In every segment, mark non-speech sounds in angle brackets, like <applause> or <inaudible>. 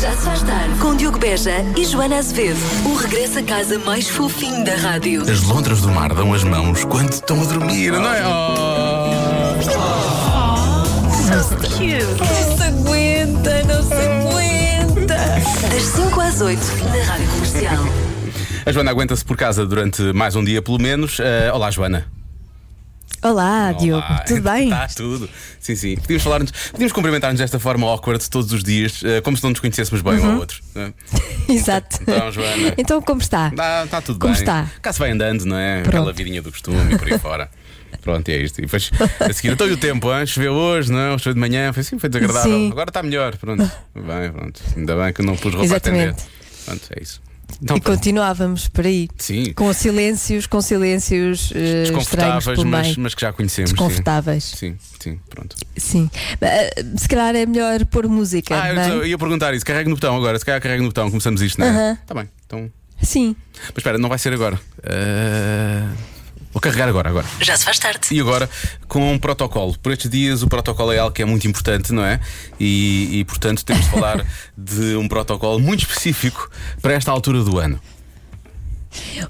Já se faz tarde com Diogo Beja e Joana Azevedo. O regresso a casa mais fofinho da rádio. As lontras do mar dão as mãos quando estão a dormir, não é? Oh. Não se aguenta, não se aguenta. Das 5 às 8 na rádio comercial. A Joana aguenta-se por casa durante mais um dia, pelo menos. Eh, olá, Joana. Olá, Diogo, Olá. então tá. <laughs> tudo bem? Estás tudo. Sim, sim. Podíamos, falar-nos- podíamos cumprimentar-nos desta forma awkward todos os dias, eh, como se não nos conhecêssemos bem Uhum. um ao outro. não é? <laughs> Exato. Então, Joana. Então, como está? Está tá tudo Como bem. está? Cá se vai andando, não é? Aquela Pronto. vidinha do costume e por aí <laughs> fora. Pronto, e é isto. E depois, a seguir, todo o tempo, hein? choveu hoje, não? é? Choveu de manhã, foi assim, foi desagradável. Sim. Agora está melhor, <laughs> pronto. Bem, pronto. Ainda bem que não pus roupa a Exatamente. atender. Pronto, é isso. Então, E continuávamos por aí. Sim. Com silêncios, com silêncios eh, estranhos desconfortáveis, pelo mas, meio. mas que já conhecemos. sim. Desconfortáveis. Sim, sim, pronto. Sim. Eh, Se calhar é melhor pôr música, Ah, não é? eu ia perguntar isso. Carregue no botão agora. Se calhar carregue no botão, começamos isto, não é? Aham. Está bem. Então. Sim. Mas espera, não vai ser agora. Ah, Vou carregar agora, agora. Já se faz tarde. E agora com um protocolo. Por estes dias, o protocolo é algo que é muito importante, não é? E, e, portanto, temos de <laughs> falar de um protocolo muito específico para esta altura do ano.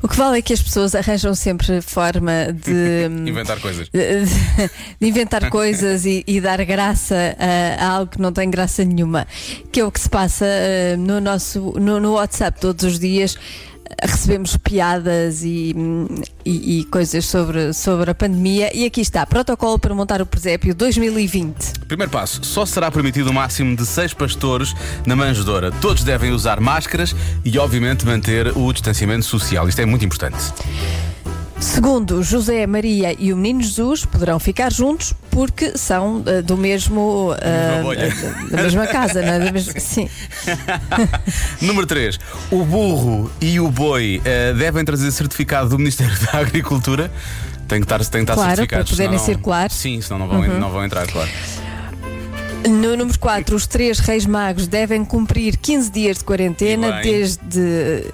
O que vale é que as pessoas arranjam sempre forma <laughs> de. hum, Inventar coisas. de de inventar coisas e, e dar graça eh, a, algo que não tem graça nenhuma, que é o que se passa eh, no nosso no, no WhatsApp todos os dias. eh, Recebemos piadas e, hum, e- e coisas sobre, sobre a pandemia. E aqui está: protocolo para montar o presépio 2020. Primeiro passo: só será permitido o máximo de seis pastores na manjedoura. Todos devem usar máscaras e, obviamente, manter o distanciamento social. Isto é muito importante. Segundo, José, Maria e o Menino Jesus poderão ficar juntos porque são eh, do mesmo. eh, bolha. da da mesma casa, não é? Da mesma- sim. Número 3. O burro e o boi eh, devem trazer certificado do Ministério <laughs> da Agricultura. Tem que estar, tem que estar Claro, certificados. para poderem senão não- circular. Uhum. Sim, senão não vão, não vão entrar, claro. No número 4, os três reis magos devem cumprir 15 dias de quarentena E bem. desde,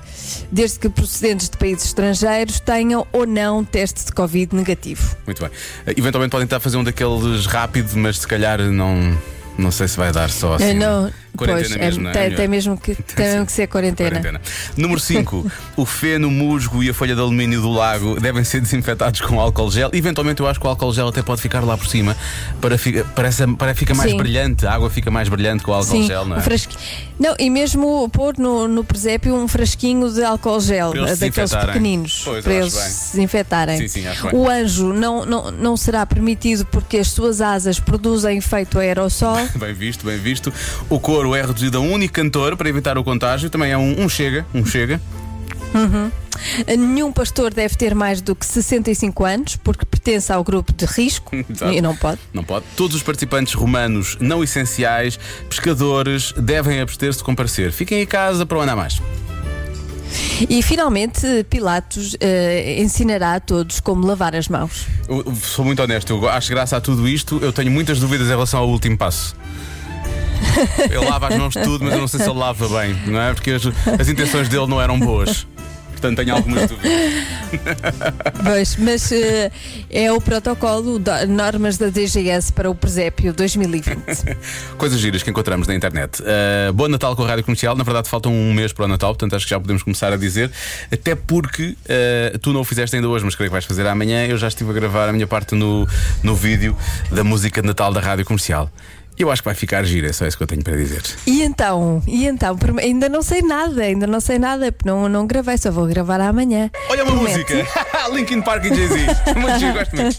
desde que procedentes de países estrangeiros tenham ou não teste de Covid negativo. Muito bem. Eh, eventualmente podem tentar fazer um daqueles rápido, mas se calhar não, não sei se vai dar só assim. Eh, não, Quarentena pois, é- mesmo, não é? tem, Melhor. tem mesmo <laughs> que, tem que ser quarentena. Quarentena. Número 5. o feno, o musgo e a folha de alumínio do lago devem ser desinfetados com álcool gel. Eventualmente, eu acho que o álcool gel até pode ficar lá por cima para, fi- para, essa- para fica mais Sim. brilhante. A água fica mais brilhante com o álcool Sim, gel, não é? um frasqui- não, e mesmo pôr no, no presépio um frasquinho de álcool gel, eh, Para eles se daqueles desinfetarem. pequeninos, Pois, para acho eles bem. se desinfetarem. Sim, sim, acho bem. o anjo não, não, não será permitido porque as suas asas produzem efeito aerossol. Bem visto, bem visto. O couro é reduzido a um único cantor para evitar o contágio. Também é um, um chega, um chega. Nenhum pastor deve ter mais do que 65 anos, porque pertence ao grupo de risco Exato. e não pode. Não pode. Todos os participantes romanos não essenciais, pescadores, devem abster-se de comparecer. Fiquem em casa para o andar mais. E finalmente, Pilatos eh, ensinará a todos como lavar as mãos. Eu- eu sou muito honesto, eu acho que graças a tudo isto, eu tenho muitas dúvidas em relação ao último passo. Ele lava as mãos de tudo, mas eu não sei se ele lava bem, não é? Porque as, as intenções dele não eram boas. Portanto, tenho algumas dúvidas. Pois, mas eh, é o protocolo, da- normas da DGS para o presépio 2020. Coisas giras que encontramos na internet. Uh, Bom Natal com a Rádio Comercial. Na verdade, faltam um mês para o Natal, portanto acho que já podemos começar a dizer. Até porque uh, tu não o fizeste ainda hoje, mas creio que vais fazer amanhã. Eu já estive a gravar a minha parte no, no vídeo da música de Natal da Rádio Comercial. Eu acho que vai ficar gira, é só isso que eu tenho para dizer. E então, e então, Prome- ainda não sei nada, ainda não sei nada, porque não, não gravei, só vou gravar amanhã. Olha uma Promete. música! <laughs> Linkin Park e Jay-Z. Muito giro, gosto muito.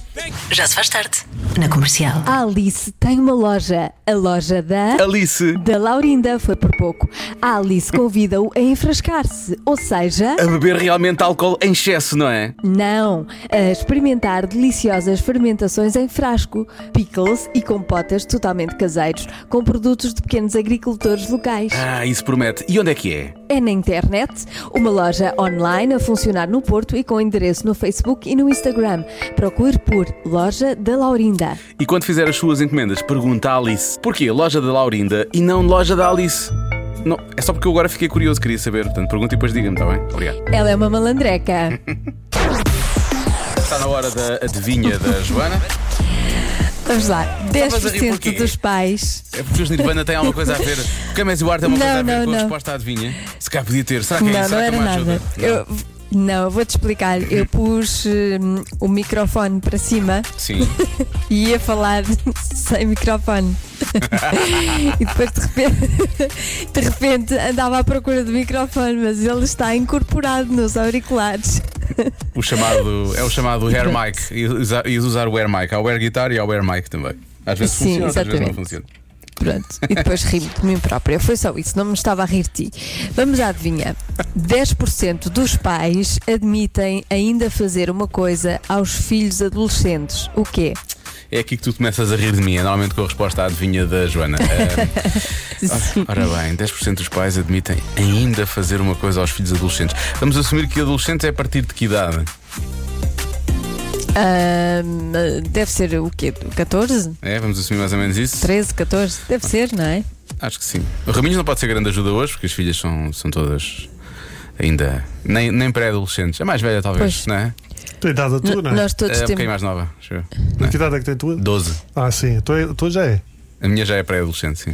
Já se faz tarde na comercial. A Alice tem uma loja, a loja da. Alice, Da Laurinda foi por pouco. A Alice convida-o a enfrascar-se, ou seja, a beber realmente álcool em excesso, não é? não, a experimentar deliciosas fermentações em frasco, pickles e compotas totalmente caseiros, com produtos de pequenos agricultores locais. Ah, isso promete. E onde é que é? É na internet, uma loja online a funcionar no Porto e com endereço no Facebook e no Instagram. Procure por Loja da Laurinda. E quando fizer as suas encomendas, pergunta à Alice porquê loja da Laurinda e não loja da Alice. Não, é só porque eu agora fiquei curioso, queria saber. Portanto, pergunta e depois diga-me, está bem? Obrigado. Ela é uma malandreca. Está na hora da adivinha da Joana. Vamos lá, Estavas a rir 10% porquê? dos pais. É porque os Nirvana têm alguma coisa a ver. O Camus e o Arte é uma Não, coisa a ver não, com a não. resposta à adivinha. Se cá podia ter. Será que é não, isso? não Será que era é uma ajuda? nada. Eu, não, vou-te explicar. <laughs> Eu pus hum, o microfone para cima Sim. e ia falar <laughs> sem microfone. <laughs> e depois de repente, <laughs> de repente andava à procura do microfone, mas ele está incorporado nos auriculares. O chamado, é o chamado hair mic. E usa- e usar o air mic. Há o air guitar e há o air mic também. Às vezes Sim, funciona, outras vezes não exatamente. funciona. Pronto, e depois ri-me de mim própria. Foi só isso, não me estava a rir de ti. Vamos à adivinha. 10% dos pais admitem ainda fazer uma coisa aos filhos adolescentes. O quê? É aqui que tu começas a rir de mim, é normalmente com a resposta à adivinha da <laughs> Joana. Ah, Sim. ora bem, 10% dos pais admitem ainda fazer uma coisa aos filhos adolescentes. Vamos assumir que adolescentes é a partir de que idade? Ahm, deve ser o quê? 14? É, vamos assumir mais ou menos isso? 13, 14? Deve ser, não é? Acho que sim. O Raminhos não pode ser grande ajuda hoje, porque as filhas são, são todas ainda. nem, nem pré-adolescentes. A mais velha, talvez, Pois. não é? Tu idade a tu, não é? Nós todos é um temos. bocadinho mais nova, acho eu. Que idade é que tem tu? 12. Ah, sim, tu, é- tu já é. A minha já é pré-adolescente, sim.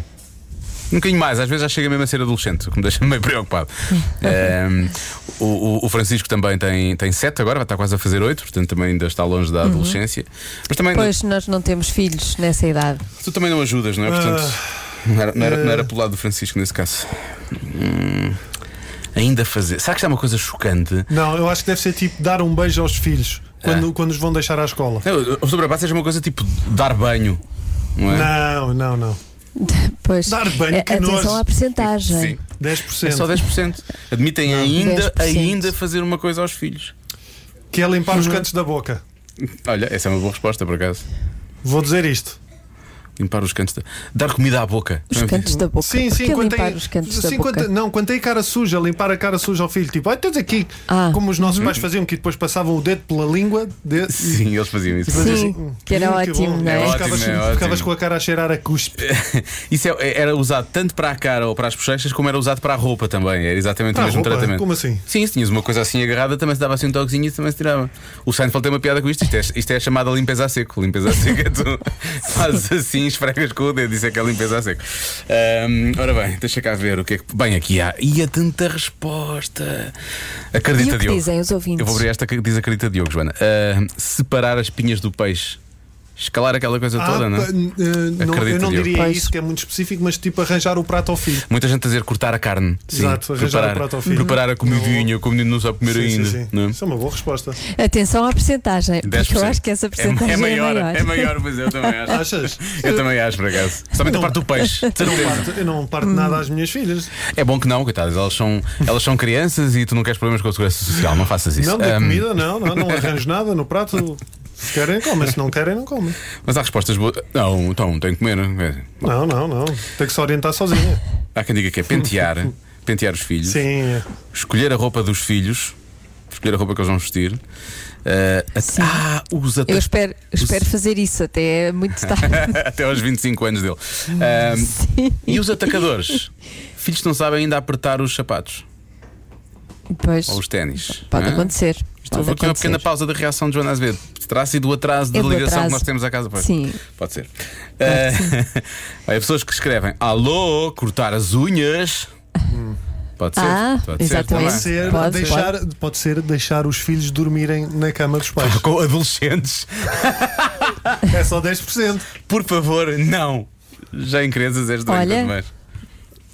Um bocadinho mais, às vezes já chega mesmo a ser adolescente, o que me deixa <laughs> meio preocupado. Ahm, o, o- o Francisco também tem, tem 7 agora, vai estar quase a fazer 8, portanto também ainda está longe da adolescência. Mas também Pois nós não temos filhos nessa idade. tu também não ajudas, não é? Portanto, não, era, não, era, não era pelo lado do Francisco nesse caso. Hum, ainda fazer. Será que isto é uma coisa chocante? Não, eu acho que deve ser tipo dar um beijo aos filhos É. quando, quando os vão deixar à escola. Não, O sobrepassa seja uma coisa tipo dar banho, não é? Não, não, não. Pois. Dar banho, É, que atenção nojo. à percentagem. Sim. 10%. É só 10%. Admitem ainda, 10%. ainda fazer uma coisa aos filhos. Que é limpar os cantos da boca. Olha, essa é uma boa resposta, por acaso. Vou dizer isto. Limpar os cantos. Da... Dar comida à boca. Os cantos da boca. Sim, sim, Porquê quando limpar tem, os cantos da sim, boca? quando- não, quando tem cara suja, limpar a cara suja ao filho. Tipo, olha, tens aqui. Ah. Como os nossos pais faziam, que depois passavam o dedo pela língua. De, Sim, eles faziam isso. Sim, hum, que era hum, ótimo, bom. não é? É ótimo, ficavas, é ótimo. ficavas com a cara a cheirar a cuspe. <laughs> Isso é- era usado tanto para a cara ou para as bochechas, como era usado para a roupa também. Era exatamente Para o a mesmo roupa? tratamento. Como assim? Sim, se tinhas uma coisa assim agarrada, também se dava assim um toquezinho e também se tirava. O Seinfeld tem uma piada com isto. Isto é, isto é chamada limpeza a seco. Limpeza a seco é <laughs> tu fazes assim, esfregas com o dedo. Isso é que é limpeza a seco. Ahm, ora bem, deixa cá ver o que é que. Bem, aqui há. E há tanta resposta. E Acredita, o que Diogo. dizem os ouvintes? Eu vou abrir esta que diz a carita de Diogo, Joana. Ah, separar as pinhas do peixe. Escalar aquela coisa Ah, toda, não pa- é? n- eh, não, Acredito, eu não Diogo. diria Pois. isso, que é muito específico, mas tipo arranjar o prato ao filho. Muita gente a dizer cortar a carne. Sim, Exato, arranjar preparar, um prato ao filho. Preparar a comidinha, como o menino não sabe comer Sim, sim, ainda. sim. não é? Isso é uma boa resposta. Atenção à percentagem. Porque 10%. eu acho que essa percentagem é, maior, é maior. é maior, mas <laughs> eu também acho. Achas? <laughs> Eu também acho, por acaso. Somente a parte do <laughs> peixe. de Eu não certeza. parto, eu não parto nada às minhas filhas. É bom que não, coitadas. Elas são, elas são crianças e tu não queres problemas com a segurança social. Não faças isso. ehm, Não, da Ahm, comida, não, não, <laughs> não arranjo nada no prato. Se querem, comem, se não querem, não comem. mas há respostas boas. Não, então, tenho que comer. É. Não, não, não. Tem que se orientar sozinha. Há quem diga que é <laughs> pentear. Pentear os filhos. Sim, escolher a roupa dos filhos, escolher a roupa que eles vão vestir. eh, at- ah, os ata- Eu espero, espero fazer isso até <laughs> muito tarde. até aos 25 anos dele. Ahm, e os atacadores? filhos que não sabem ainda apertar os sapatos Pois, ou os ténis. pode não é? acontecer. Isto Pode foi uma acontecer. pequena pausa de reação de Joana Azevedo. Terá sido o atraso da É do ligação que atraso. nós temos à casa. Pois. Sim. Pode ser. Eh, <laughs> Olha, pessoas que escrevem alô, cortar as unhas. Pode ser. Ah, pode exatamente. pode Ser também. ser, Pode, deixar, pode. ser deixar os filhos dormirem na cama <laughs> dos pais. Com adolescentes. É só 10%. Por favor, não. Já em crianças és doente Olha. demais.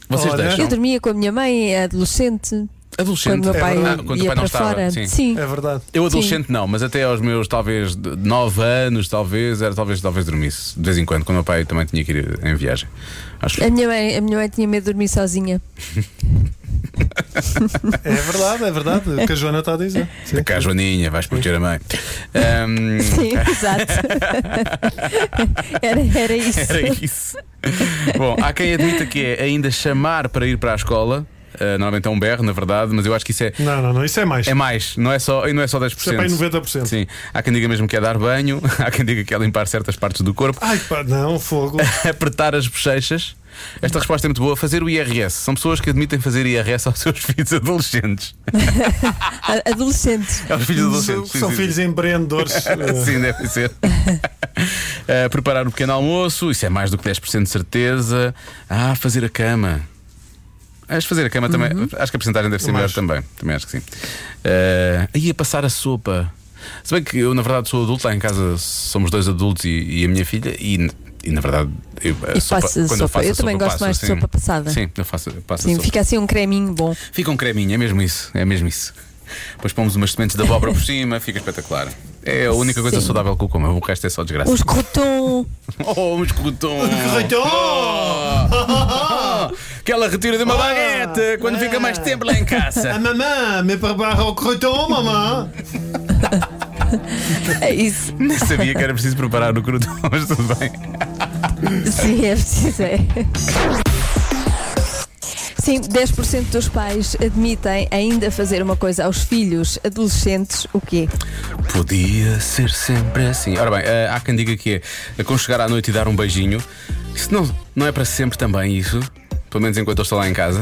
Vocês Olha. deixam? Eu dormia com a minha mãe adolescente, Adolescente. quando o meu É pai verdade. Ah, quando o ia pai não para estava. fora. Sim. É verdade. Eu adolescente não, mas até aos meus talvez 9 anos, talvez, era talvez, talvez dormisse de vez em quando, quando o meu pai também tinha que ir eh, em viagem. Acho A que minha, mãe, a minha mãe tinha medo de dormir sozinha. É verdade, é verdade. O que a Joana está a dizer. Sim. cá, Joaninha, vais proteger a mãe. Ahm, <laughs> Sim, <laughs> exato. era, era isso. era isso. Bom, há quem admita que é ainda chamar para ir para a escola. Ah, normalmente é um berro, na verdade, mas eu acho que isso é, Não, não, não. Isso é mais. é mais, não é só, e não é só 10%. Isso é para aí 90%. Sim, há quem diga mesmo que é dar banho, <laughs> há quem diga que é limpar certas partes do corpo, Ai pá, não, fogo. <laughs> apertar as bochechas. Esta resposta é muito boa. Fazer o IRS. São pessoas que admitem fazer IRS aos seus <laughs> filhos adolescentes. A- Adolescente. Aos filhos adolescentes. São <laughs> sim, sim, filhos empreendedores. sim. Sim, deve ser. <laughs> Eh, preparar o pequeno almoço, isso é mais do que 10% de certeza. Ah, fazer a cama. Acho que fazer a cama também. Uhum. Acho que a porcentagem deve ser Eu melhor acho. também. Também acho que sim. Eh, aí a passar a sopa. Se bem que eu, na verdade, sou adulto, lá em casa somos dois adultos e, e a minha filha, e, e, na verdade, eu, a E passo a sopa. Eu também gosto passo, mais de assim. sopa passada. Sim, eu faço, eu passo a Sim, sopa. fica assim um creminho bom. Fica um creminho, é mesmo isso, é mesmo isso. Depois pomos umas sementes de abóbora por cima, fica espetacular. É a única coisa Sim. saudável que eu como, o resto é só desgraça. Os croutons. <laughs> Oh, uns <laughs> croutons! Então, <laughs> Aquela retira de uma baguete quando fica mais tempo lá em <laughs> a casa. mamã me prepara o croton, mamã. É Isso, Nem sabia que era preciso preparar o crouton, mas tudo bem. sim, é preciso. é. Sim, 10% dos pais admitem ainda fazer uma coisa aos filhos adolescentes, o quê? Podia ser sempre assim. Ora bem, eh, há quem diga que é aconchegar à noite e dar um beijinho. Isso não, não é para sempre também, isso? Pelo menos enquanto eu estou lá em casa.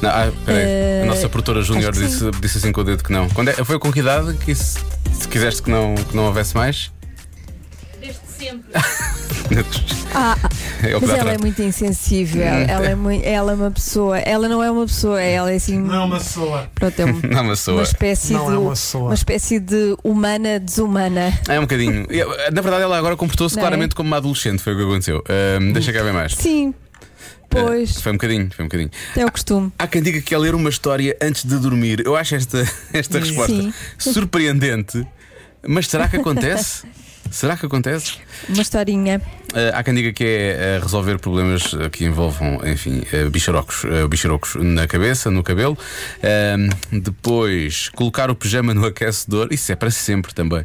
Não, ah, peraí. Eh, A nossa produtora Júnior acho que disse, disse assim com o dedo que não. Quando é- foi com que idade que isso- se quiseste que não, que não houvesse mais? <laughs> Desde sempre. Ah, é o que mas dá ela é trato. Hum. muito insensível. Ela é, mui- ela é uma pessoa. Ela não é uma pessoa, ela é assim. Não é uma soa. Pronto, é um- Não, mas sou. uma espécie Não de. é uma pessoa. uma espécie de humana desumana. É um bocadinho. Eu, Na verdade, ela agora comportou-se Não é? claramente como uma adolescente, foi o que aconteceu. Ahm, deixa cá ver mais. Sim, Eh, pois, Foi um bocadinho, foi um bocadinho. é o costume. Há quem diga que é ler uma história antes de dormir. Eu acho esta, <laughs> esta resposta Sim. surpreendente, mas será que acontece? será que acontece? Uma historinha. Ah, há quem diga que é ah, resolver problemas ah, que envolvam, enfim, ah, bicharocos, ah, bicharocos na cabeça, no cabelo. Ahm, depois, colocar o pijama no <laughs> aquecedor. Isso é para sempre também.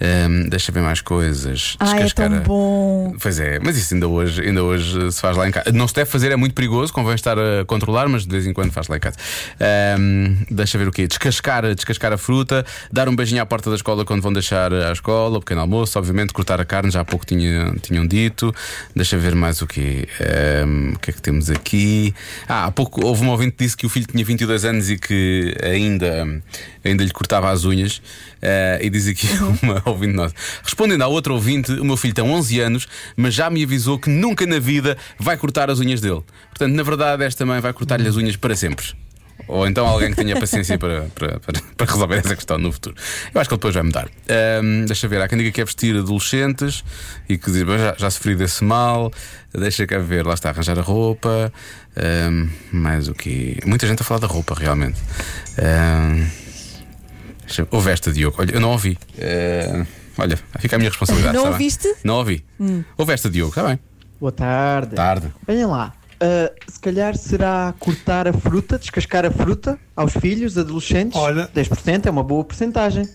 Ahm, deixa ver mais coisas. Ai, é tão Descascar a- bom. Pois é, mas isso ainda hoje, ainda hoje eh, se faz lá em casa. Não se deve fazer, é muito perigoso, convém estar a controlar, mas de vez em quando faz lá em casa. Ahm, deixa ver o quê? Descascar, descascar a fruta, dar um beijinho à porta da escola quando vão deixar à escola, o pequeno almoço, obviamente, cortar a carne, já há pouco tinha, tinham dito. Deixa ver mais o quê? Ahm, o que é que temos aqui? Ah, há pouco houve um ouvinte que disse que o filho tinha 22 anos e que ainda, ainda lhe cortava as unhas. Eh, e diz aqui uma <laughs> ouvinte nossa. Respondendo à outra ouvinte, o meu filho tem 11 anos, mas já me avisou que nunca na vida vai cortar as unhas dele. Portanto, na verdade, esta mãe vai cortar-lhe as unhas para sempre. Ou então alguém que tenha paciência para, para, para- para resolver essa questão no futuro. Eu acho que ele depois vai mudar. Ahm, deixa ver, há quem diga que é vestir adolescentes e que diz, "Bem, já, já sofri desse mal. Deixa cá ver, lá está, arranjar a roupa. Ahm, mais o que. Muita gente a falar da roupa, realmente. Ahm, Deixa- Houve esta, Diogo. Olha, eu não ouvi. Eh, olha, fica a minha responsabilidade. Não tá bem? ouviste? Hum. Não ouvi. Houve esta, Diogo. Está bem. Boa tarde. Tarde. Venham lá. Ah, se calhar será cortar a fruta, descascar a fruta aos filhos, adolescentes. Olha. 10% é uma boa porcentagem.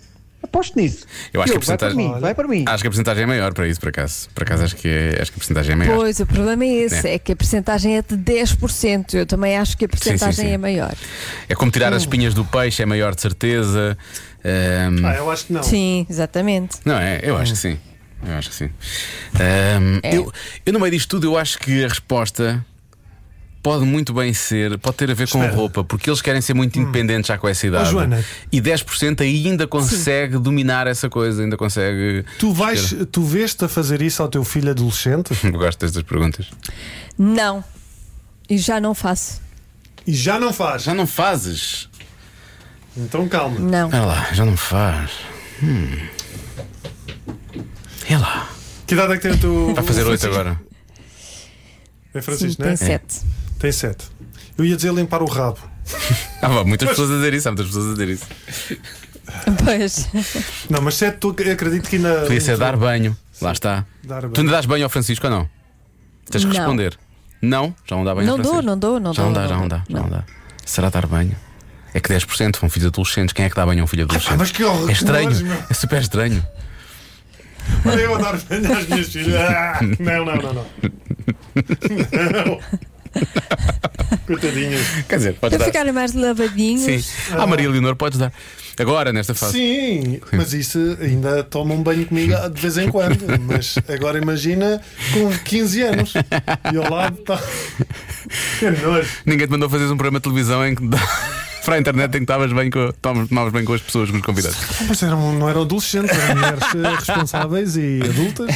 Aposto nisso. Eu acho que a Diogo, vai por porcentagem- mim, Olha. vai por mim. Acho que a porcentagem é maior para isso, por acaso. Por acaso acho que, é, acho que a porcentagem é maior. Pois, o problema é esse, é, que a percentagem é de 10%. Eu também acho que a percentagem Né? sim. é maior. É como tirar Hum. as espinhas do peixe, é maior de certeza. Ehm, Ah, eu acho que não. Sim, exatamente. Não é? Eu acho que sim. Eu acho que sim. Ahm, É. eu, eu, no meio disto tudo, eu acho que a resposta pode muito bem ser, pode ter a ver com Espera. roupa, porque eles querem ser muito independentes já com essa idade. Joana. E 10% ainda consegue dominar essa coisa, ainda consegue. <laughs> Tu vais, tu vês-te a fazer isso ao teu filho adolescente Eu gosto destas perguntas. Não. E já não faço. e já não faz. Já não fazes? Então calma. Não. Olha lá, já não faz. Hum. É lá. Que idade é que tem o teu. Vai fazer 8 agora. É Sim, Francisco, não tem é? 7. Tem 7. Eu ia dizer limpar o rabo. Ah, bom, muitas pessoas a dizer isso, há muitas pessoas a dizer isso. É. Pois. Não, mas 7 tu eu acredito que na. Podia ser dar banho. Lá está. Dar Tu banho. ainda dás banho ao Francisco ou não? Tens que Não. responder. Não? Já não dá banho Não ao dou, Francisco? não dou, não já dou, Não dá, não já não dou. dá, já não Não. dá. Será dar banho? É que 10% são filhos adolescentes. Quem é que dá banho a um filho adolescente? Ah, mas que horror, é que estranho. nojo, meu. É super estranho. Eu adoro banhar as minhas filhas. Ah, <laughs> não, não, não, não. Não. Coitadinhas. Quer dizer, podes Para dar. ficarem mais lavadinhos. Sim. Ah, Maria Leonor, podes dar. Agora, nesta fase. Sim, mas isso ainda toma um banho comigo de vez em quando. Mas agora imagina com 15 anos e ao lado tá- está. Que nojo. <laughs> Ninguém te mandou fazeres um programa de televisão em que <laughs> dá- para a internet em que estavas bem com, tomavas tomavas bem com as pessoas, com os convidados. Mas eram, não eram adolescentes, eram mulheres eh, responsáveis e adultas.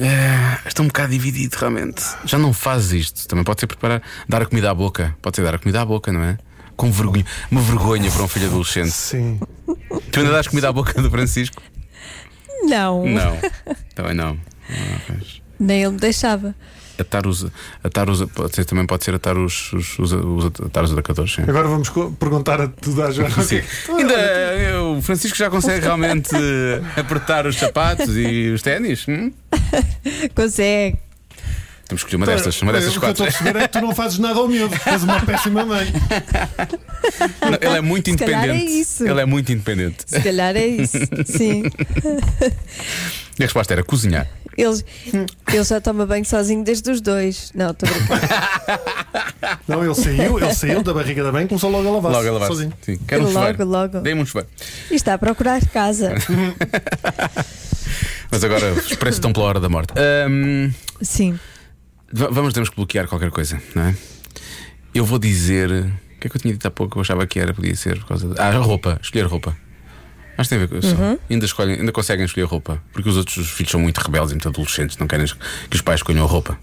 Ah, Estou um bocado dividido, realmente. Já não fazes isto. Também pode ser preparar, dar a comida à boca. Pode ser dar a comida à boca, não é? Com vergonha. Uma vergonha para um filho adolescente. Sim. Tu ainda dás comida à boca do Francisco? Não, Não. Também não. Não, pois. nem ele me deixava. Atar os, atar os, pode ser, também pode ser atar os, os, os, os atar os atacadores. Sim. Agora vamos co- perguntar a tudo à Joana. Sim. Ainda eh, o Francisco já consegue realmente eh, apertar os sapatos e os ténis? Hum? Consegue. Temos que escolher uma destas, uma dessas o que eu quatro. estou a perceber é que tu não fazes nada ao miúdo, és uma péssima mãe. Não, Ele é muito Se calhar é independente. isso. Ele é muito independente. Se calhar <laughs> é isso. Sim. E a resposta era cozinhar. Ele, ele já toma banho sozinho desde os dois. Não, estou brincando. Não, ele saiu, ele saiu da barriga da mãe e começou logo a lavar. Logo a lavar. Sozinho. Sim, quero um Logo, chuveiro. logo. Dei-me um chuveiro. E está a procurar casa. <laughs> Mas agora os preços estão pela hora da morte. Ahm, Sim. va- vamos, temos que bloquear qualquer coisa, não é? Eu vou dizer. O que é que eu tinha dito há pouco? Eu achava que era, podia ser por causa. de- Ah, roupa, escolher roupa. Acho que tem a ver com isso. Ainda, escolhem, ainda conseguem escolher roupa. Porque os outros os filhos são muito rebeldes e muito adolescentes, não querem es- que os pais escolham a roupa.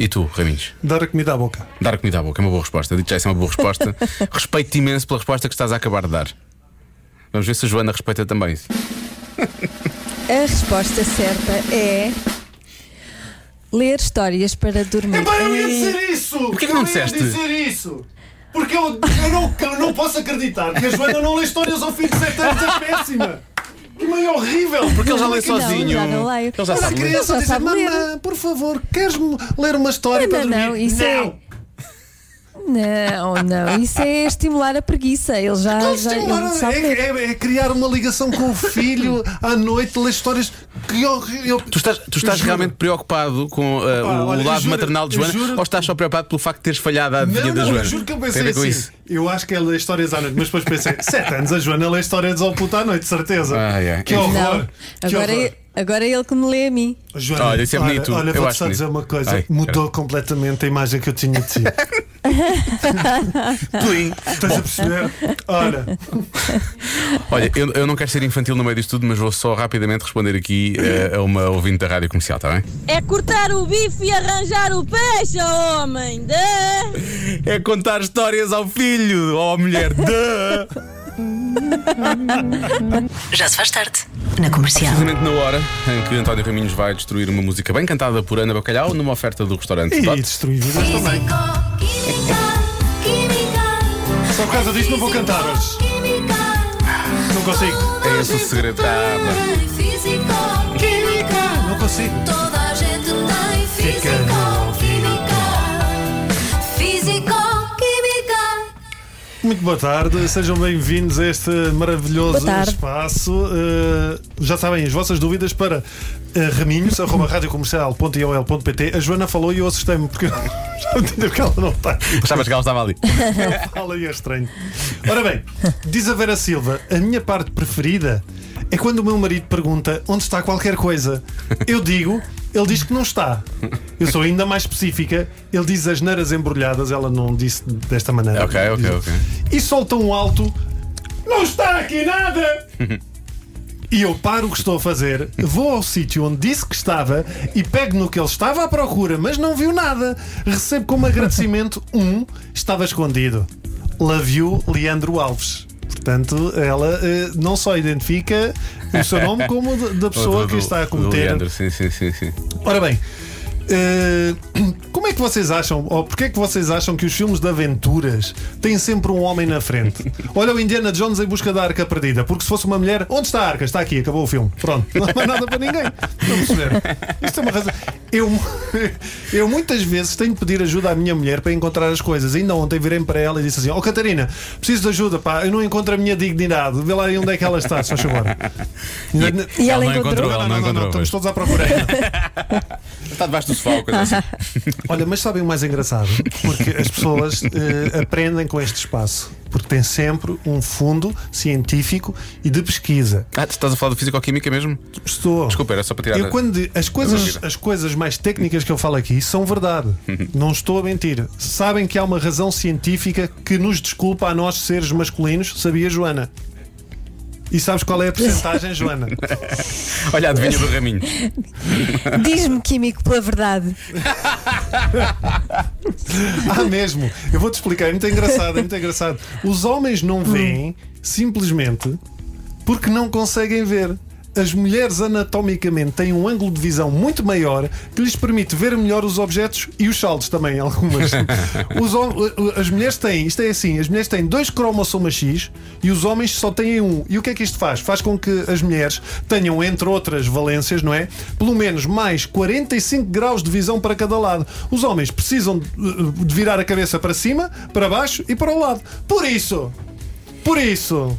E tu, Raminhos? Dar a comida à boca. Dar comida à boca é uma boa resposta. Digo já, isso é uma boa resposta. Respeito-te imenso pela resposta que estás a acabar de dar. Vamos ver se a Joana respeita também isso. A resposta certa é. Ler histórias para dormir. Epá, eu ia dizer isso! Porquê é que não eu disseste? ia dizer isso! Porque eu, eu, não, eu não posso acreditar que a Joana não lê histórias ao fim de sete anos, é péssima! Que mãe horrível! Porque ele já lê Não, sozinho. já não leio. Ele já Mas a sabe ler. criança Ele diz: já sabe ler. Mamã, por favor, queres-me ler uma história Não, para dormir? não, isso é- Não, não, isso é estimular a preguiça. Ele já, Claro, já sim, ele claro, sabe é, ler. é- é criar uma ligação com o filho à noite, ler histórias que horrível. Tu estás, tu estás Juro. realmente preocupado com uh, Pá, o olha, eu lado juro, maternal de eu Joana juro- ou estás só preocupado pelo facto de teres falhado a adivinha Não, da não, Joana? eu juro que eu Tem a pensei ver com assim. isso. Eu acho que ela lê histórias à noite, mas depois pensei, 7 anos, a Joana lê histórias ao puto à noite, de certeza. Ai, ai. Que Não, é horror. Não, que agora, horror. é- agora é ele que me lê a mim. Joana, Olha, isso é bonito, Olha, eu vou-te acho só dizer bonito. uma coisa: Ai, é. mudou completamente a imagem que eu tinha de <laughs> ti. Plim. Estás a perceber? Olha, Olha, eu, eu não quero ser infantil no meio disto tudo, mas vou só rapidamente responder aqui uh, a uma ouvinte da rádio comercial, está bem? É cortar o bife e arranjar o peixe, ó homem! Dã! É contar histórias ao filho ou à mulher. Duh! Já se faz tarde. Na comercial. Precisamente na hora em que António Raminhos vai destruir uma música bem cantada por Ana Bacalhau numa oferta do restaurante. e Dot. destruí vidas também. Só por causa disto não vou cantar hoje. Não consigo. É esse o segredo. Ah, pá. Não consigo. Toda a gente tem Fica físico, no química, físico, química. Muito boa tarde, sejam bem-vindos a este maravilhoso Boa tarde. espaço. Uh, já sabem, as vossas dúvidas para uh, raminhos, arroba radiocomercial.iol.pt. A Joana falou e eu assustei-me porque <laughs> eu já me entendi porque ela não está aqui. Achavas que ela estava ali. Ela fala e é estranho. Ora bem, diz a Vera Silva, a minha parte preferida é quando o meu marido pergunta onde está qualquer coisa. Eu digo, ele diz que não está. Eu sou ainda mais específica, ele diz as neiras embrulhadas, ela não disse desta maneira. Ok, ok, Diz- ok. e solta um alto: Não está aqui <laughs> nada! E eu paro o que estou a fazer, vou ao sítio onde disse que estava e pego no que ele estava à procura, mas não viu nada. Recebo <laughs> como agradecimento um, estava escondido. Love you, Leandro Alves. Portanto, ela eh, não só identifica o seu nome como o de- <laughs> da pessoa Do- que do- está a do cometer Leandro, Sim, sim, sim, sim. Ora bem, eh, como é que vocês acham, ou porque é que vocês acham que os filmes de aventuras têm sempre um homem na frente? Olha o Indiana Jones em busca da arca perdida, porque se fosse uma mulher, onde está a arca? Está aqui, acabou o filme. Pronto, não há mais nada para ninguém. Não perceberam? Isto é uma razão. Eu, <laughs> eu muitas vezes tenho que pedir ajuda à minha mulher para encontrar as coisas. Ainda ontem virei para ela e disse assim: Ó Catarina, preciso de ajuda, pá, eu não encontro a minha dignidade. Vê lá aí onde é que ela está, se faz favor. E ela não encontrou. encontrou, Não, ela não, não não, não, encontrou. estamos todos à procura ainda. Está debaixo do sofá ou coisa assim. Olha, mas sabem o mais engraçado? Porque as pessoas eh, aprendem com este espaço. Porque tem sempre um fundo científico e de pesquisa. Ah, tu estás a falar de físico-química mesmo? Estou. Desculpa, era só para tirar. Eu quando di- as coisas, Mentira. as coisas mais técnicas que eu falo aqui são verdade. Uhum. Não estou a mentir. Sabem que há uma razão científica que nos desculpa a nós seres masculinos, sabia Joana? E sabes qual é a porcentagem, Joana? Olha, adivinha <laughs> do raminho. Diz-me, químico, pela verdade. <laughs> ah, mesmo. Eu vou-te explicar, é muito engraçado, é muito engraçado. Os homens não veem simplesmente porque não conseguem ver. As mulheres anatomicamente têm um ângulo de visão muito maior que lhes permite ver melhor os objetos e os saldos também, algumas. Os hom- eh, as mulheres têm, isto é assim, as mulheres têm dois cromossomas X e os homens só têm um. E o que é que isto faz? Faz com que as mulheres tenham, entre outras valências, não é? Pelo menos mais 45 graus de visão para cada lado. Os homens precisam de eh, de virar a cabeça para cima, para baixo e para o lado. Por isso, por isso.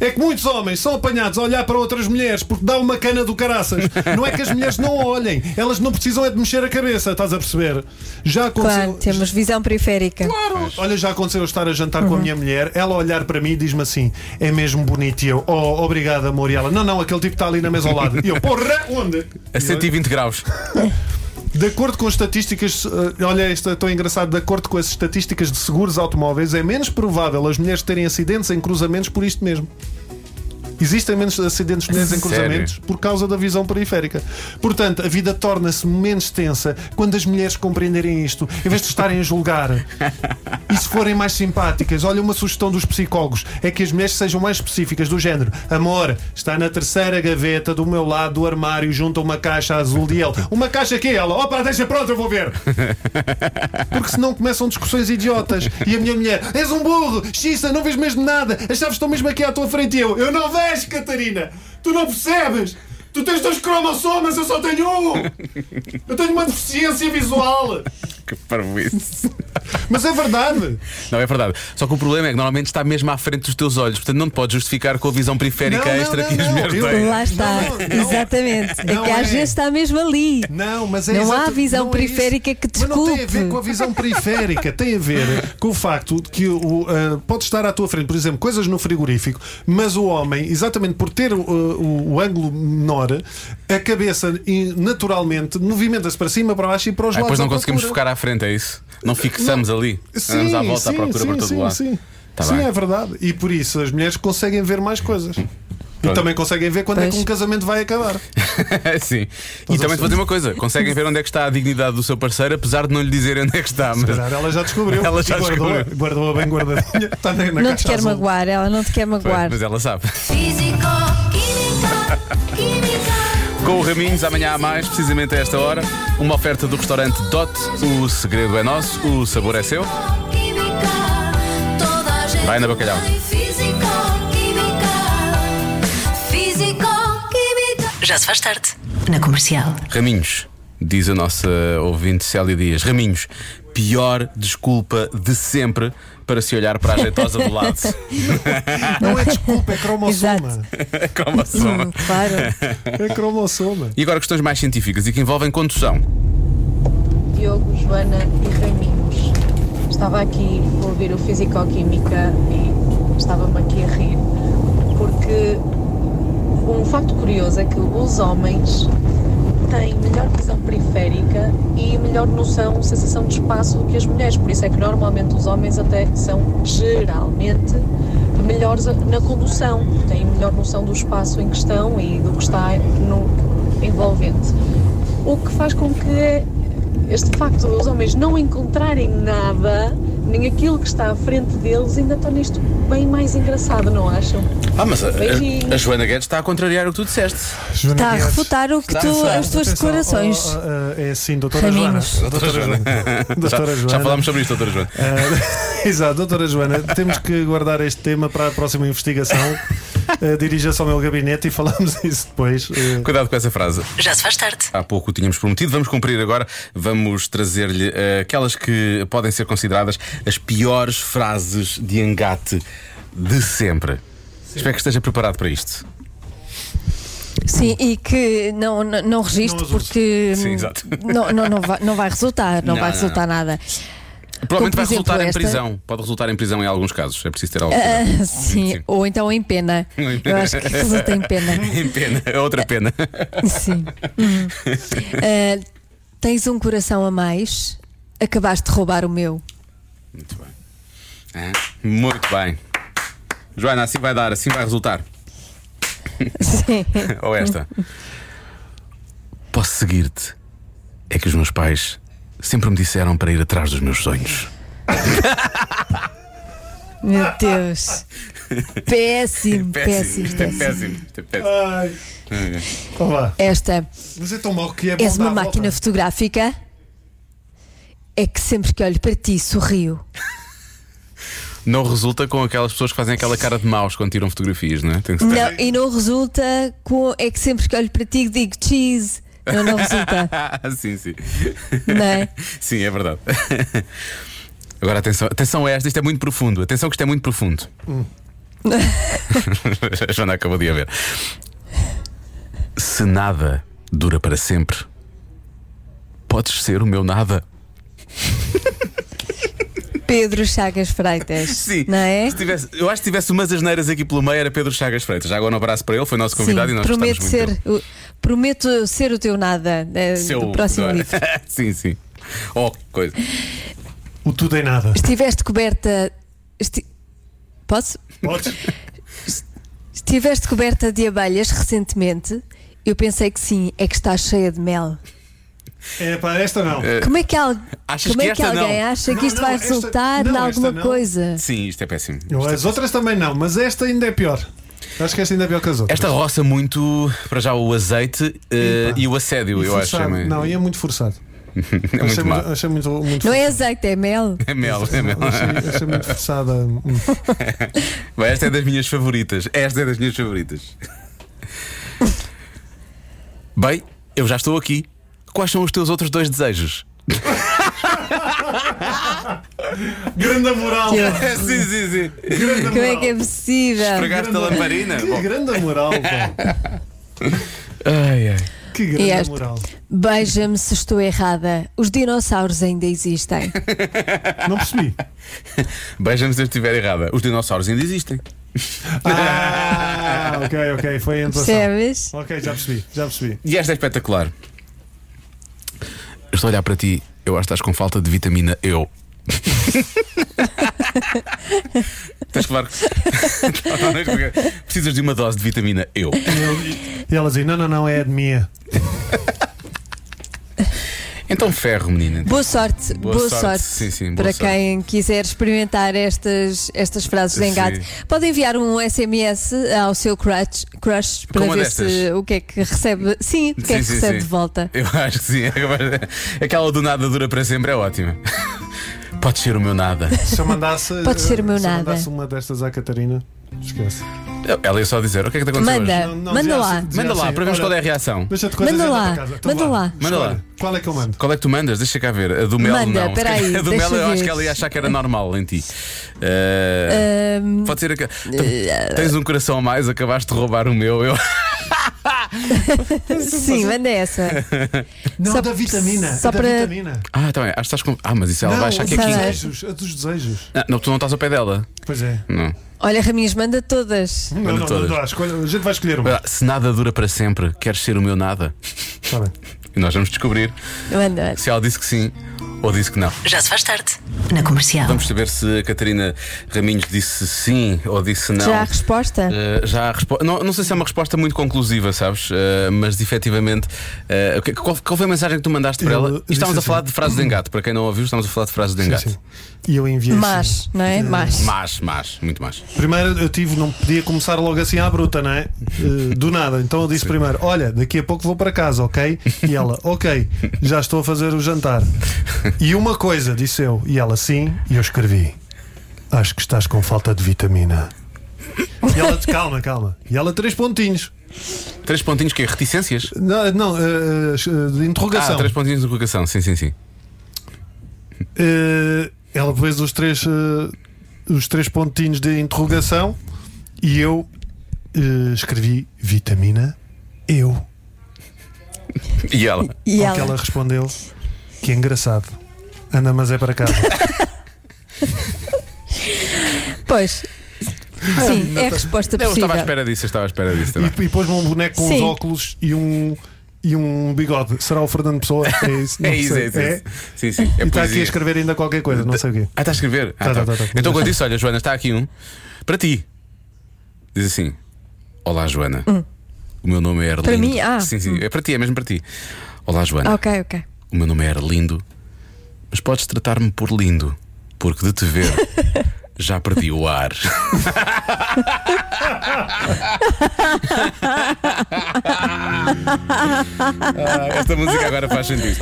É que muitos homens são apanhados a olhar para outras mulheres porque dá uma cana do caraças. Não é que as mulheres não olhem, elas não precisam é de mexer a cabeça, estás a perceber? Já Claro, aconteceu. temos visão periférica. Claro. Olha, já aconteceu eu estar a jantar com a minha mulher, ela olhar para mim e diz-me assim: é mesmo bonito. E eu, oh, obrigado, amor. E ela, não, não, aquele tipo está ali na mesa ao lado. E eu, porra, onde? A 120 graus. De acordo com estatísticas, eh, olha, isto é tão engraçado, de acordo com as estatísticas de seguros automóveis, é menos provável as mulheres terem acidentes em cruzamentos por isto mesmo. Existem menos acidentes de mulheres em Sério? cruzamentos por causa da visão periférica. Portanto, a vida torna-se menos tensa quando as mulheres compreenderem isto, em vez de estarem a julgar e se forem mais simpáticas. Olha, uma sugestão dos psicólogos é que as mulheres sejam mais específicas, do género: amor, está na terceira gaveta do meu lado do armário, junto a uma caixa azul de ele. Uma caixa que é ela? Opa, deixa pronto, eu vou ver. Porque senão começam discussões idiotas. E a minha mulher: és um burro, xista, não vês mesmo nada, as chaves estão mesmo aqui à tua frente. E eu: eu não vejo, Catarina, tu não percebes. Tu tens dois cromossomas, eu só tenho um! Eu tenho uma deficiência visual! Que parvoíce. Mas é verdade! Não, é verdade. Só que o problema é que normalmente está mesmo à frente dos teus olhos, portanto não te podes justificar com a visão periférica Não, não, extra não, que as não. mulheres Eu- têm. Não, Lá está, não. exatamente. Não é que é. às vezes está mesmo ali. Não, mas é Não há exata- visão não é periférica isso. que Mas não tem a ver desculpe. com a visão periférica, tem <laughs> a ver com o facto de que o, ah, pode estar à tua frente, por exemplo, coisas no frigorífico, mas o homem, exatamente por ter o, o- o ângulo menor, a cabeça e, naturalmente movimenta-se para cima, para baixo e para os Ah, lados. depois não à conseguimos procura. focar à frente, é isso? Não fixamos ali. Andamos Sim, à volta sim, à procura sim, por todo sim, o lado. Sim, Tá Sim, bem. é verdade. E por isso as mulheres conseguem ver mais coisas. E Pronto. também conseguem ver quando é Pois. que um casamento vai acabar. <laughs> Sim. E também te vou dizer uma coisa: conseguem ver onde é que está a dignidade do seu parceiro, apesar de não lhe dizer onde é que está. Mas... Calhar ela já descobriu. Ela já E guardou, descobriu. Guardou-a bem <laughs> guardadinha. Está na, na Não te caixa quer azul. magoar, ela não te quer Pois, magoar. mas ela sabe. Físico, química, química. Com o Raminhos, amanhã há mais, precisamente a esta hora, uma oferta do restaurante Dot. O segredo é nosso, o sabor é seu. Química, toda a gente Vai na bacalhau. tem Físico, química, físico, química. Já se faz tarde. Na comercial. Raminhos, diz a nossa ouvinte Célia Dias. Raminhos, pior desculpa de sempre para se olhar para a jeitosa do lado. Não é desculpa, é <laughs> cromossoma. Como Hum, assim? claro. É cromossoma. E agora questões mais científicas e que envolvem condução. Diogo, Joana e Raminhos. Estava aqui a ouvir o Fisicoquímica e estava-me aqui a rir, porque um facto curioso é que os homens têm melhor visão periférica e melhor noção, sensação de espaço do que as mulheres, por isso é que normalmente os homens até são geralmente melhores na condução, têm melhor noção do espaço em questão e do que está no envolvente. O que faz com que este facto os homens não encontrarem nada, nem aquilo que está à frente deles, ainda torna isto bem mais engraçado, não acham? Ah, mas a, Beijinhos. a- a Joana Guedes está a contrariar o que tu disseste. Está a refutar o que Está a tu, refutar. as tuas Atenção, declarações. oh, oh, oh, é assim, doutora Joana. Raminhos. Doutora Joana. Doutora já, já Joana. <laughs> falámos sobre isto, doutora Joana. É. Ah, exato, doutora Joana, temos que guardar este tema para a próxima investigação. Ah, Dirija-se ao meu gabinete e falamos <laughs> isso depois. Ah, Cuidado com essa frase. Já se faz tarde. Há pouco o tínhamos prometido, vamos cumprir agora. Vamos trazer-lhe eh, aquelas que podem ser consideradas as piores frases de engate de sempre. Espero que esteja preparado para isto. Sim, e que não, não, não registre Não as use. porque Sim, hum, exato. não, não, não, vai, não vai resultar, não, Não, vai não, resultar nada. Provavelmente vai Como, por exemplo, resultar em esta. prisão. Pode resultar em prisão em alguns casos. É preciso ter alguma Ah, coisa. sim, Sim. ou então em pena. Eu acho que resulta em <laughs> pena. em pena. É outra pena. Sim. Uhum. Ah, tens um coração a mais, acabaste de roubar o meu. <laughs> Muito bem. Hã? Muito bem. Joana, assim vai dar, assim vai resultar. Sim. <laughs> Ou esta. Posso seguir-te? É que os meus pais sempre me disseram para ir atrás dos meus sonhos. Meu <laughs> Deus. Péssimo, péssimo, é Isto é péssimo. péssimo. Isto é péssimo. Ai. Então vá. Esta. Mas é tão mau que é bom És dar uma a máquina volta. fotográfica. É que sempre que olho para ti sorrio. Não resulta com aquelas pessoas que fazem aquela cara de maus quando tiram fotografias, não é? Tem que ser- Não, e não resulta com. É que sempre que olho para ti digo cheese. Não, <laughs> não resulta. sim, sim. Não é? Sim, é verdade. <laughs> Agora atenção, atenção a esta, isto é muito profundo. Atenção que isto é muito profundo. <laughs> a Joana acabou de a ver. Se nada dura para sempre, podes ser o meu nada. Pedro Chagas Freitas. Sim, Não é? se tivesse- eu acho que se tivesse umas asneiras aqui pelo meio era Pedro Chagas Freitas. Já agora um abraço para ele, foi nosso convidado Sim, e nós prometo gostamos muito ser, dele. o, prometo ser o teu nada eh, do próximo é? livro. <laughs> sim, sim. Oh, coisa. O tudo <laughs> em nada. Estiveste coberta. esti- Posso? Podes? Estiveste coberta de abelhas recentemente. Eu pensei que sim, é que estás cheia de mel. É para esta não. Como é que, al... Eh, Achas Como que é que esta não? alguém acha que Não, isto não, vai esta- resultar em não, esta alguma não. coisa? Sim, isto é péssimo. Eu, As outras também não, mas esta ainda é pior. Acho que esta ainda é pior que as outras. Esta roça muito para já o azeite eh, Epa. e o assédio, eu acho. Forçado. <laughs> é Não, e é muito forçado. é muito achei, má. muito, achei muito, muito Não é <laughs> forçado. azeite, é mel. É mel, é mel. Achei, achei muito forçada. Bem, esta é das minhas favoritas. Esta é das minhas favoritas. Bem, eu já estou aqui. Quais são os teus outros dois desejos? <laughs> Grande moral! <laughs> sim, sim, sim. Grande Como é que é moral. possível? Esfregaste a lamparina? Que grande moral, pá. Ai, ai. Que grande E esta? moral. Beija-me se estou errada. Os dinossauros <laughs> ainda existem. Não percebi. Beija-me se eu estiver errada. Os dinossauros ainda existem. Ah, ok, ok, foi a entoação. Percebes? Ok, já percebi, já percebi. E esta é espetacular. Eu estou a olhar para ti, eu acho que estás com falta de vitamina <laughs> eu. Tens que levar. Não, não, não, <laughs> Precisas de uma dose de vitamina eu. E ela dizia: não, não, não, é a de minha. Então ferro, menina. Boa sorte, Boa boa, sorte. sorte, Sim, sim, boa para sorte. quem quiser experimentar estas, estas frases de Sim. engate. Pode enviar um SMS ao seu crush, crush para uma ver destas? se o que é que recebe. Sim, o que é Sim, que sim, recebe sim. de volta. Eu acho que sim. Aquela do nada dura para sempre é ótima. Pode ser o meu nada. Se eu mandasse. Pode ser o meu se eu nada. mandasse uma destas à Catarina, esquece. Ela ia só dizer: O que é que te aconteceu? Manda. hoje? Não, não, Manda dizia lá. assim- dizia Manda lá, assim, para vermos olha, qual é a reação. Deixa de coisas Manda anda lá, para casa. Então manda vá, lá. Manda lá. escolhe. Qual é que eu mando? Qual é que tu mandas? Deixa cá ver. A do Mel Manda, não. <laughs> peraí, a do deixa Mel eu acho ver. que ela ia achar que era normal em ti. Eh, <laughs> pode ser. aquela- Tu- Tens um coração a mais, acabaste de roubar o meu. Eu... <laughs> Sim, manda essa. Não, é Só- da vitamina. só da para- vitamina. Ah, tá bem. Acho que estás com. Ah, mas isso ela vai achar que é a dos sabe. quinta. desejos, a dos desejos. Ah, não, tu não estás ao pé dela. Pois é. Não. Olha, Raminhos, manda todas. Não, não, não, todas. não, escolhe- a gente vai escolher uma. Ah, Se nada dura para sempre, queres ser o meu nada? Está Tá bem. E nós vamos descobrir Manda. se ela disse que sim ou disse que não. Já se faz tarde. Na comercial. Vamos saber se a Catarina Raminhos disse sim ou disse não. Já a resposta? Uh, já a respo- não, não sei se é uma resposta muito conclusiva, sabes? Uh, mas efetivamente, uh, o que- qual, qual foi a mensagem que tu mandaste para Eu ela? disse Estamos a assim. falar de frases de engate, para quem não ouviu, estamos a falar de frases de engate. Sim, sim. E eu enviei assim. Mas, não é? Mas. Mas, mas, muito mais. Primeiro eu tive, não podia começar logo assim à bruta, não é? Eh, Do nada. Então eu disse primeiro: Olha, daqui a pouco vou para casa, ok? E ela: Ok, já estou a fazer o jantar. E uma coisa, disse eu. E ela: Sim. E eu escrevi: Acho que estás com falta de vitamina. E ela: Calma, calma. E ela: Três pontinhos. Três pontinhos que é reticências? Não, não eh, eh, de interrogação. Ah, três pontinhos de colocação, sim, sim, sim. Eh, ela fez os três, eh, os três pontinhos de interrogação e eu eh, escrevi vitamina eu. E ela? E Ao que ela? ela respondeu que engraçado. Anda, mas é para casa. Pois. Sim, é a resposta Eu possível. Ah, estava à espera disso, eu estava à espera disso também. E, e pôs-me um boneco com uns Sim. óculos e um, e um bigode. Será o Fernando Pessoa? <laughs> É isso? Não É isso, sei. é isso. é É? isso. Sim, sim. É E está aqui a poesia. escrever ainda qualquer coisa, não sei o <laughs> quê. Ah, está a escrever? Ah, Tá, tá. tá, tá, tá. Então quando disse, olha, Joana, está aqui um para ti. Diz assim: Olá, Joana. O meu nome é Erlindo. Hum. Para mim? Ah. Sim, sim, é para ti, é mesmo para ti. Olá, Joana. Ah, Ok, ok. O meu nome é Erlindo, mas podes tratar-me por lindo, porque de te <laughs> ver já perdi o ar. Ah, esta música agora faz sentido.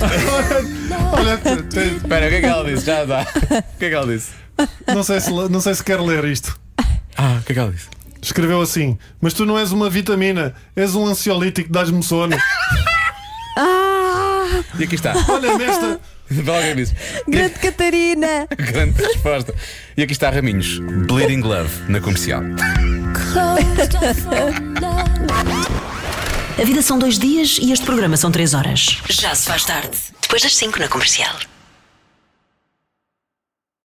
Olha, te- te- Espera, o que é que ela disse? Já dá. O que é que ela disse? não sei, se, não sei se quer ler isto. Ah, o que é que ela disse? Escreveu assim: Mas tu não és uma vitamina, és um ansiolítico, dás-me sono. Ah, E aqui está. Olha, nesta. Valga nisso. Grande Catarina! é Grande resposta. E aqui está Raminhos. Bleeding Love, na comercial. A vida são dois dias e este programa são três horas. Já se faz tarde. Depois das cinco na comercial.